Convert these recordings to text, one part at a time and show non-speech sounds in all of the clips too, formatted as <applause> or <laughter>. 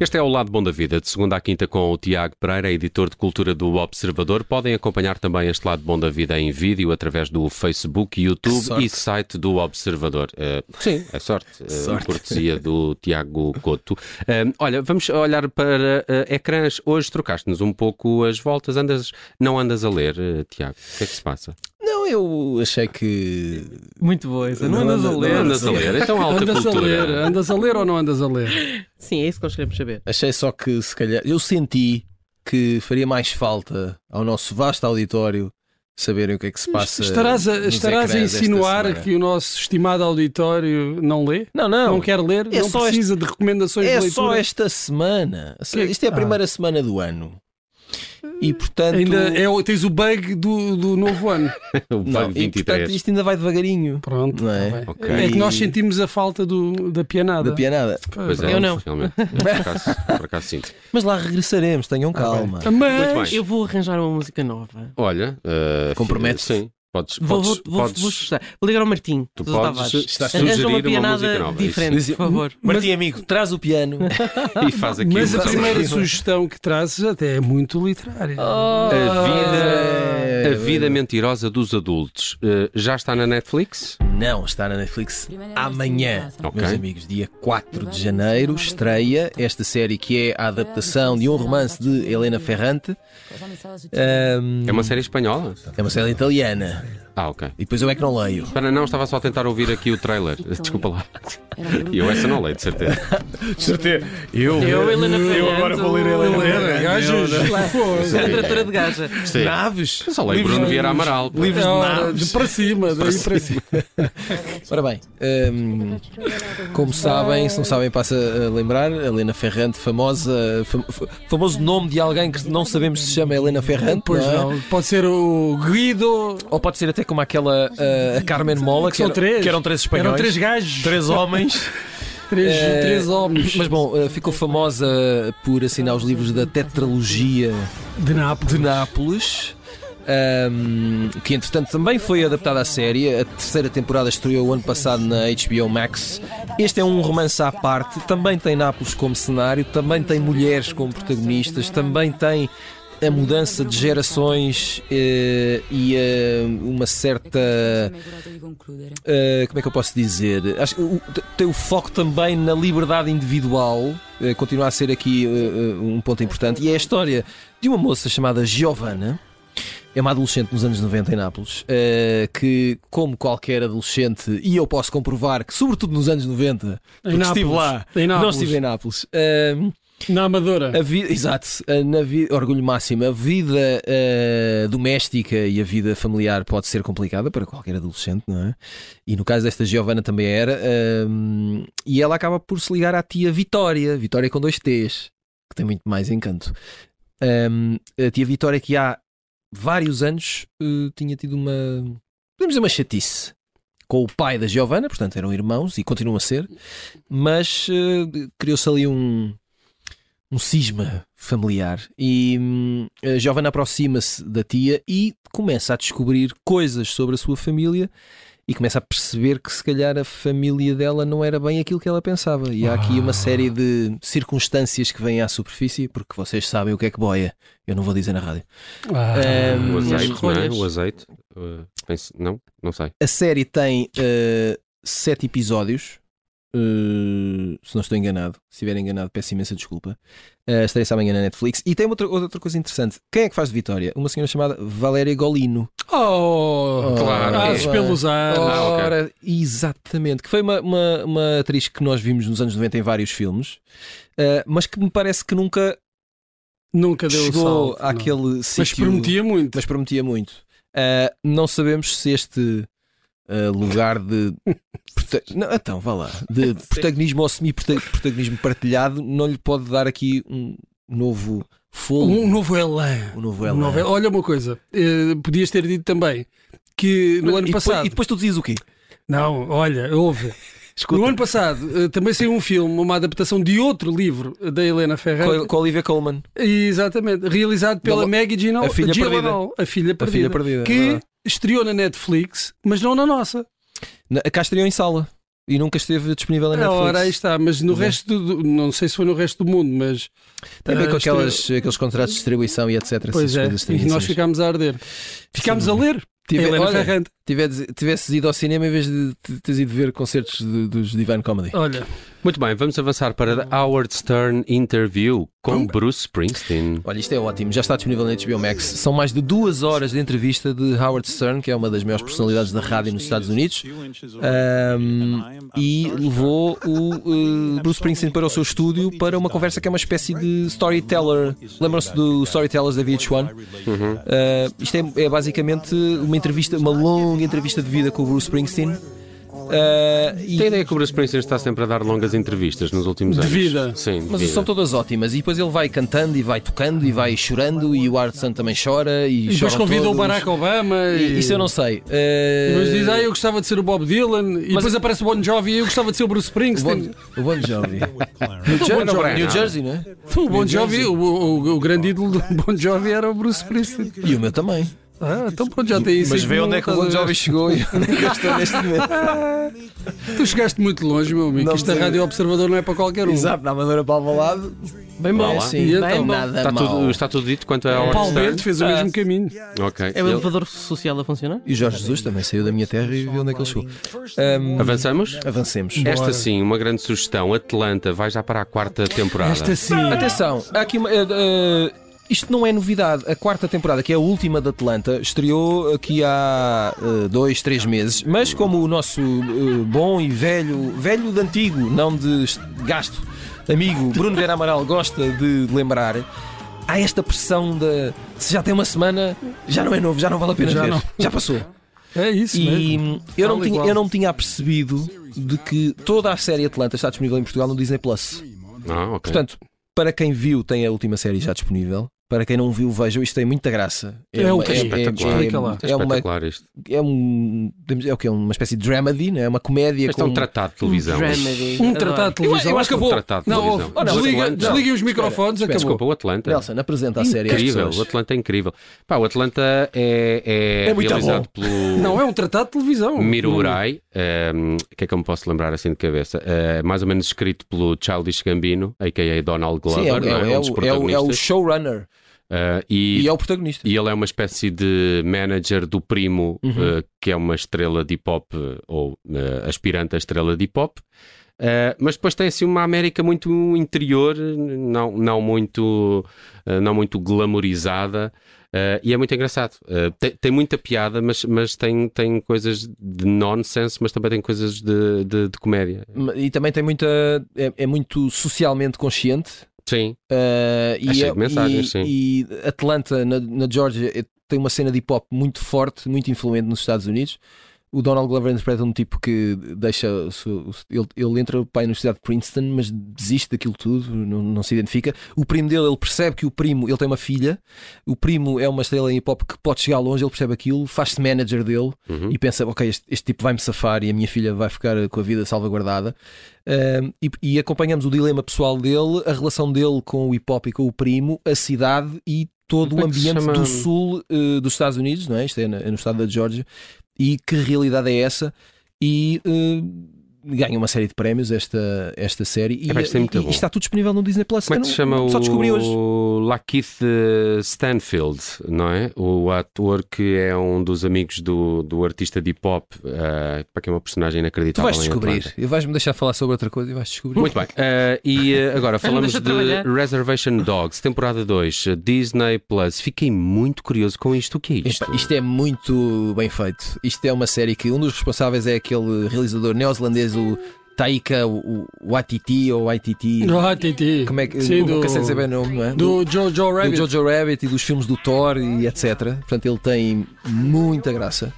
Este é o Lado Bom da Vida, de segunda à quinta com o Tiago Pereira, editor de cultura do Observador. Podem acompanhar também este Lado Bom da Vida em vídeo através do Facebook, YouTube e site do Observador. Eh, sim, é sorte. eh, Sorte. cortesia do Tiago Couto. Eh, olha, vamos olhar para eh, ecrãs. Hoje trocaste-nos um pouco as voltas. Andas, não andas a ler, eh, Tiago? O que é que se passa? Não, eu achei que. Muito boa essa. Não, andas a anda- ler. não Andas a ler, então alta Andas a cultura. ler. Andas a ler ou não andas a ler? Sim, é isso que nós queremos saber. Achei só que se calhar. Eu senti que faria mais falta ao nosso vasto auditório saberem o que é que se passa. Estarás a, nos estarás a ecrãs esta insinuar semana. que o nosso estimado auditório não lê? Não, não. Não quer ler? É não só precisa de recomendações É de leitura? só esta semana. Que é que- Isto é a Ah. primeira semana do ano. E portanto. Ainda é, o- tens o bug do, do <laughs> novo ano. <laughs> O Não, Bug e 23. portanto isto ainda vai devagarinho. Pronto. Não tá é? bem. Ok. É que nós E- sentimos a falta do, da pianada. Da pianada. Pois é, Eu não. Realmente. Eu, por, acaso, por acaso sim. Mas lá regressaremos, Ah, tenham calma. Muito Mas bem. Eu vou arranjar uma música nova. Olha, eh, Comprometes? Sim, podes. Vou, podes, vou, vou, podes- vou sugestar. Vou ligar ao Martim. Tu Sousa podes Tavares. estás a Arranja sugerir uma uma pianada música nova, é isso. diferente, Dizia- por favor. Martim, amigo, traz o piano. <laughs> e faz aqui mas um a trabalho. primeira sugestão que trazes até é muito literária. Oh, A Ah, vida, <laughs> É, a vida mentirosa dos adultos Eh, já está na Netflix? Não, está na Netflix Primeira amanhã, vez em Ok. meus amigos. Dia 4 de janeiro estreia esta série que é a adaptação de um romance de Helena Ferrante. Ahm, É Hum. uma série espanhola? é uma série italiana. Ah, ok. E depois eu é que não leio. Espera, não, estava só a tentar ouvir aqui o trailer. Então, Desculpa lá. E eu essa não leio, de certeza. <laughs> Certeza. Eu, Eu, Helena Ferrante, o- Gajas, foda-se. é A literatura de gaja. É Sim. Naves. Só leio Bruno Vieira Amaral. pá. É hora de para cima, daí para cima. <laughs> Ora bem, ahm, como sabem, se não sabem, passa a lembrar, Helena Ferrante, famosa, fam- fa- famoso nome de alguém que não sabemos se chama Helena Ferrante. Pois não é? não, pode ser o Guido. Ou pode ser até como aquela ah, a Carmen Mola, que, São era- três. que eram três espanhóis. Eram três gajos, Três homens. <laughs> três, Eh, três homens Mas bom, ah, ficou famosa por assinar os livros da tetralogia de Nápoles. de Nápoles. ahm, que entretanto também foi adaptada à série. A terceira temporada estreou o ano passado na HBO Max. Este é um romance à parte. Também tem Nápoles como cenário, também tem mulheres como protagonistas, também tem a mudança de gerações eh, e eh, uma certa Uh, como é que eu posso dizer? Acho que o- te- tem o foco também na liberdade individual, uh, continua a ser aqui uh, uh, um ponto importante, e é a história de uma moça chamada Giovanna. É uma adolescente nos anos 90 em Nápoles, uh, que, como qualquer adolescente, e eu posso comprovar que, sobretudo nos anos 90, porque Nápoles. estive lá, Em não Nápoles. estive em Nápoles, um, Na Amadora. a vida, exato, a- na vi- orgulho máximo, a vida eh, doméstica e a vida familiar pode ser complicada para qualquer adolescente, não é? E no caso desta Giovana também era, ehm, e ela acaba por se ligar à tia Vitória, Vitória com dois T's, que tem muito mais encanto. Ehm, a tia Vitória que há vários anos eh, tinha tido uma, podemos dizer uma chatice. Com o pai da Giovana, portanto eram irmãos e continuam a ser, mas eh, criou-se ali um, um cisma familiar. E hum, a Giovanna aproxima-se da tia e começa a descobrir coisas sobre a sua família e começa a perceber que se calhar a família dela não era bem aquilo que ela pensava. E há aqui uma série de circunstâncias que vêm à superfície, porque vocês sabem o que é que boia. Eu não vou dizer na rádio. Ah. O Ahm, As azeite, não é? rolhas. O azeite. Eh, pense- não, não sei. a série tem eh, sete episódios. eh, se não estou enganado, se estiver enganado, peço imensa desculpa. Uh, Estarei amanhã na Netflix. E tem outra, outra coisa interessante: quem é que faz de Vitória? Uma senhora chamada Valéria Golino. Oh, Claro. É. Trazes pelos anos. Ah, ok. Ora, exatamente. Que foi uma, uma, uma atriz que nós vimos nos anos 90 em vários filmes, eh, mas que me parece que nunca Nunca deu o chegou salto, não. àquele Mas sítio. prometia muito. mas prometia muito. Ah, não sabemos se este ah, lugar de. <laughs> prota- Não, então, vá lá. De protagonismo ou semi-protagonismo partilhado não lhe pode dar aqui um novo Um fogo. novo Elan. Um novo Um elan. novo Elan. Olha uma coisa, eh, podias ter dito também que no Mas- ano e depois- passado. E depois tu dizes o quê? Não, olha, houve. Escuta, No ano passado eh, também saiu um filme, uma adaptação de outro livro eh, da Helena Ferrante. com, com a Olivia Colman, Exatamente, realizado pela Da- Maggie Gyllenhaal, A Filha Perdida. Gyllenhaal, a filha a filha perdida. perdida. é? Que estreou na Netflix, mas não na nossa. Na- Cá estreou em sala e nunca esteve disponível na Na Netflix. hora aí está, mas no Pois é. resto do, não sei se foi no resto do mundo, mas Tem a ver Ah, com estreou- aquelas, aqueles contratos de distribuição e etc. pois essas é, coisas de e streaming. nós ficámos a arder. Ficámos Sim. a ler É, Tive- Helena olha, Ferrante. tivesse, tivesses ido ao cinema em vez de te- teres ido ver concertos de- dos Divine Comedy. Olha, Muito bem, vamos avançar para a Howard Stern Interview com Bruce Springsteen. Olha, isto é ótimo, já está disponível na HBO Max. São mais de duas horas de entrevista de Howard Stern, que é uma das maiores personalidades da rádio nos Estados Unidos. Uhum. Ahm, Ehm, e levou o eh, Bruce Springsteen para o seu estúdio para uma conversa que é uma espécie de storyteller. Lembram-se do Storytellers da VH1? Ah, isto é, é basicamente uma entrevista, uma longa entrevista de vida com o Bruce Springsteen. Ah, e- Tem ideia que o Bruce Springsteen está sempre a dar longas entrevistas nos últimos De anos? vida. Sim, de mas vida. são todas ótimas. E depois ele vai cantando e vai tocando e vai chorando e o Artson também chora e, e depois choram convida o todos. Barack Obama e, E- Isso eu não sei. e Eh, depois diz, ah, eu gostava de ser o Bob Dylan, e depois aparece o Bon Jovi, eu gostava de ser o Bruce Eh, o Springsteen. Bon, o Bon Jovi. <laughs> New Bon Jersey, Jovi. New Jersey, não é? <laughs> O Bon Jovi, o, o- o grande ídolo do Bon Jovi era o Bruce Springsteen. E o meu também. Ah, então pronto, já tem isso. Mas em vê comum, onde é que o estás Bon a ver? Jovi chegou <laughs> e onde é que eu estou neste momento. Tu chegaste muito longe, meu amigo. Não Isto da sei. Rádio Observador não é para qualquer um. Exato, na Amadora para o lado. Bem bom. É E sim, então? bem nada Está mal. tudo, está tudo dito É. quanto a O Howard Paulo Stern? Bento fez o Ah. mesmo caminho. Ok. É o Ele- elevador social a funcionar? E o Jorge Jesus também saiu da minha terra e viu onde é que ele chegou. Ahm, Avançamos? avancemos. Esta sim, uma grande sugestão. Atlanta vai já para a quarta temporada. Esta sim. Atenção, há aqui uma, eh, eh, isto não é novidade. A quarta temporada, que é a última de Atlanta, estreou aqui há eh, dois, três meses. Mas como o nosso eh, bom e velho, velho de antigo, não de est- gasto, amigo Bruno Vera Amaral gosta de lembrar, há esta pressão de se já tem uma semana, já não é novo, já não vale a pena Já ver. não. Já passou. É isso E mesmo. hum, eu não, Tal e tinha, qual. eu não me tinha apercebido de que toda a série Atlanta está disponível em Portugal no Disney Plus. Ah, ok. Portanto, para quem viu, tem a última série já disponível. Para quem não viu, vejam. Isto tem muita graça. É uma, o que é espetacular. Explica lá. é é uma, espetacular isto. é um, temos- é o que é uma espécie de dramedy, né? É uma comédia Este é com um tratado de televisão. Dramedy. Um Adoro. tratado de televisão. Eu acho que acabou. Um tratado de não, televisão. ouve, Oh, não, desliga, Atlanta. desliguem os Espera, microfones, espera. acabou. Desculpa, o Atlanta. Nelson, apresenta a série. às Incrível, pessoas. o Atlanta é incrível. Pá, o Atlanta é, é, É muito realizado bom. pelo Não, é um tratado de televisão. Hum, Miro Urai. ehm, O que é que eu me posso lembrar assim de cabeça? Eh, mais ou menos escrito pelo Childish Gambino, a.k.a. Donald Glover, Sim, é, o- não é o- Um dos é o- é o, é o protagonistas. showrunner Eh, e, e é o protagonista. e ele é uma espécie de manager do primo, Uhum. eh, que é uma estrela de hip hop, eh, ou eh, aspirante a estrela de hip hop. Eh, mas depois tem assim uma América muito interior, não, não, muito, eh, não muito glamorizada. eh, e é muito engraçado. Eh, tem, tem muita piada, mas, mas tem, tem coisas de nonsense, mas também tem coisas de, de, de comédia. E também tem muita. É, é muito socialmente consciente. Sim, Uh, É e, cheio de mensagens, e- sim. e Atlanta, na, na Georgia, é- tem uma cena de hip hop muito forte, muito influente nos Estados Unidos. O Donald Glover interpreta um tipo que deixa. o seu- o seu- Ele, ele entra para a Universidade de Princeton, mas desiste daquilo tudo, não, não se identifica. O primo dele, ele percebe que o primo, ele tem uma filha, o primo é uma estrela em hip hop que pode chegar longe, ele percebe aquilo, faz-se manager dele Uhum. e pensa: ok, este, este tipo vai-me safar e a minha filha vai ficar com a vida salvaguardada. Um, e, e acompanhamos o dilema pessoal dele, a relação dele com o hip hop e com o primo, a cidade e todo Como o é que se ambiente chama? do sul eh, dos Estados Unidos, não é? Isto é, na- é no estado da Georgia. E que realidade é essa? E. eh, Ganha uma série de prémios esta, esta série e, É, pá, isto é muito e- bom. e está tudo disponível no Disney Plus. Como é Eu que se não- chama Só descobri hoje. o Lakeith eh, Stanfield, não é? O ator que é um dos amigos do, do artista de hip hop, eh, para quem é uma personagem Tu inacreditável. vais em descobrir. Atlanta. E vais-me deixar falar sobre outra coisa e vais descobrir. Muito bem, eh, e eh, agora falamos deixa de trabalhar. Reservation Dogs, temporada 2, eh, Disney Plus. Fiquei muito curioso com isto. O que é isto? Epá, isto é muito bem feito. Isto é uma série que um dos responsáveis é aquele realizador neozelandês, o Taika o- o Waititi ou Waititi. Ah, Titi. Como é que Sim, do, nunca sei dizer bem o nome, não é? do Jojo Do Rabbit. Jojo Rabbit e dos filmes do Thor e etc. Portanto, ele tem muita graça.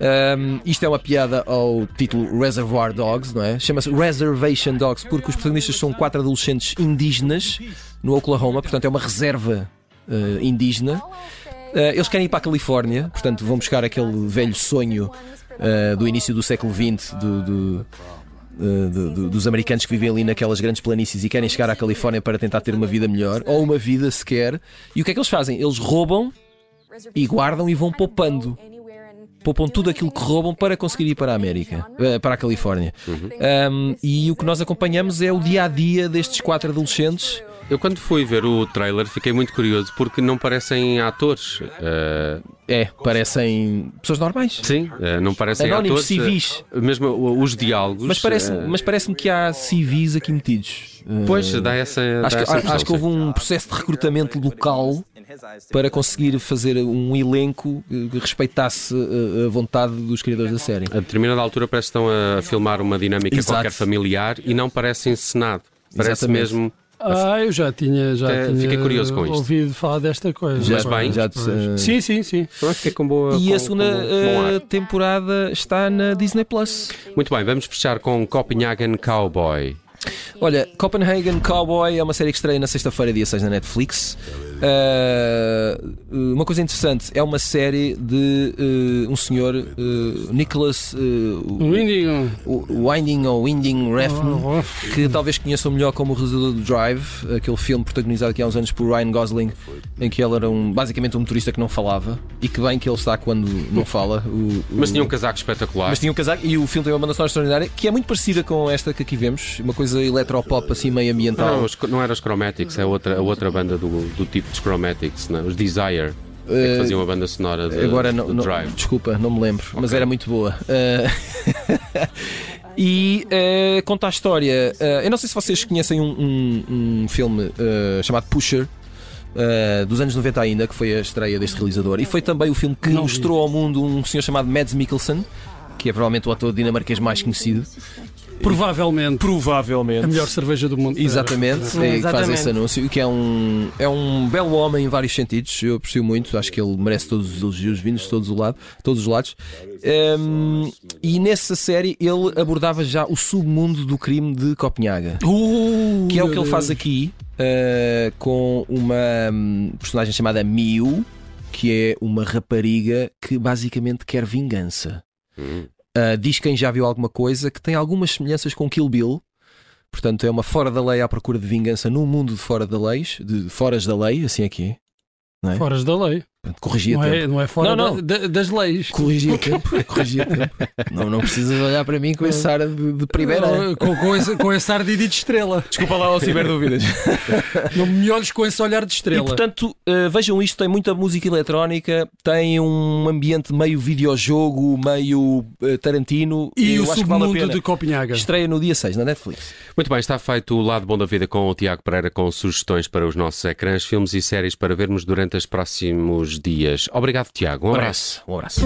Ahm, isto é uma piada ao título Reservoir Dogs, não é? Chama-se Reservation Dogs porque os protagonistas são quatro adolescentes indígenas no Oklahoma, portanto é uma reserva eh, indígena. Eh, eles querem ir para a Califórnia, portanto vão buscar aquele velho sonho eh, do início do século XX do- do- eh, do- do- dos americanos que vivem ali naquelas grandes planícies e querem chegar à Califórnia para tentar ter uma vida melhor, ou uma vida sequer. E o que é que eles fazem? Eles roubam e guardam e vão poupando. poupam tudo aquilo que roubam para conseguir ir para a América, eh, para a Califórnia. Uhum. Um, e o que nós acompanhamos é o dia a dia destes quatro adolescentes. Eu quando fui ver o trailer fiquei muito curioso porque não parecem atores. eh, É, parecem pessoas normais, sim, eh, não parecem anónimos, atores. eh, civis. mesmo o- os diálogos. Mas parece- eh, mas parece-me que há civis aqui metidos. Eh, Pois, dá essa. Acho dá que, essa a- impressão, acho que sim. houve um processo de recrutamento local para conseguir fazer um elenco eh, que respeitasse eh, a vontade dos criadores da série. A determinada altura parece que estão a filmar uma dinâmica Exato. qualquer familiar e não parece encenado. Parece Exatamente. mesmo. Ah, eu já tinha, já Eh, Até tinha fiquei curioso com isto. ouvido falar desta coisa. Mas bem. já te- eh, Pois. Sim, sim, sim. Pronto, fiquei é com boa. E com- a segunda com bom ar. eh, temporada está na Disney Plus. Muito bem, vamos fechar com Copenhagen Cowboy. Olha, Copenhagen Cowboy é uma série que estreia na sexta-feira, dia 6 na Netflix. Eh, uma coisa interessante, é uma série de eh, um senhor, eh, Nicholas eh, O Índigo. Winding ou Winding Refn, Oh, que talvez conheçam melhor como o realizador do Drive, aquele filme protagonizado aqui há uns anos por Ryan Gosling, em que ele era um, basicamente um motorista que não falava, e que bem que ele está quando não fala. o- o- Mas tinha um casaco espetacular. mas tinha um casaco e o filme tem uma banda sonora extraordinária que é muito parecida com esta que aqui vemos, uma coisa eletropop assim meio Não, ambiental. os- não era os Chromatics, é outra, a outra banda do, do tipo dos Chromatics, não? os Desire, é que Eh, faziam a banda sonora de, Agora do não, não- Drive. desculpa, não me lembro, mas era muito <laughs> boa. Ah, e ah, conta a história. ah, eu não sei se vocês conhecem um, um- um filme ah, chamado Pusher. ah, dos anos 90 ainda, que foi a estreia deste realizador, e foi também o filme que Não vi. mostrou ao mundo um senhor chamado Mads Mikkelsen, que é provavelmente o ator dinamarquês mais conhecido. Provavelmente Provavelmente. a melhor cerveja do mundo. Exatamente, É, é, que faz exatamente. esse anúncio, que é um, é um belo homem em vários sentidos, eu aprecio muito, acho que ele merece todos os elogios vindos de todos, o lado, todos os lados. Ehm, e nessa série ele abordava já o submundo do crime de Copenhaga, Uh, que é o que meu ele faz Deus. aqui eh, com uma hum, personagem chamada Miu, que é uma rapariga que basicamente quer vingança. Uhum. Uh, diz quem já viu alguma coisa que tem algumas semelhanças com Kill Bill. Portanto, é uma fora da lei à procura de vingança num mundo de fora da leis, de foras da lei, assim aqui. Foras da lei. Corrigia Não tempo. é, não é fora Não, não. da- da- das leis. Corrigia tempo. Corrigia tempo. Não, não precisas olhar para mim com esse ar de, de primeira. né? Com, com esse, com esse ar de de estrela. Desculpa lá ao ciberdúvidas. Não me olhes com esse olhar de E estrela. portanto, eh, vejam isto, tem muita música eletrónica, tem um ambiente meio videojogo, meio eh, Tarantino. E eu o acho que vale a submundo pena. de Copenhaga. Estreia no dia 6 na Netflix. Muito bem, está feito o Lado Bom da Vida com o Tiago Pereira com sugestões para os nossos ecrãs, filmes e séries para Um vermos durante os próximos dias. Obrigado, Tiago. Um abraço. Um abraço.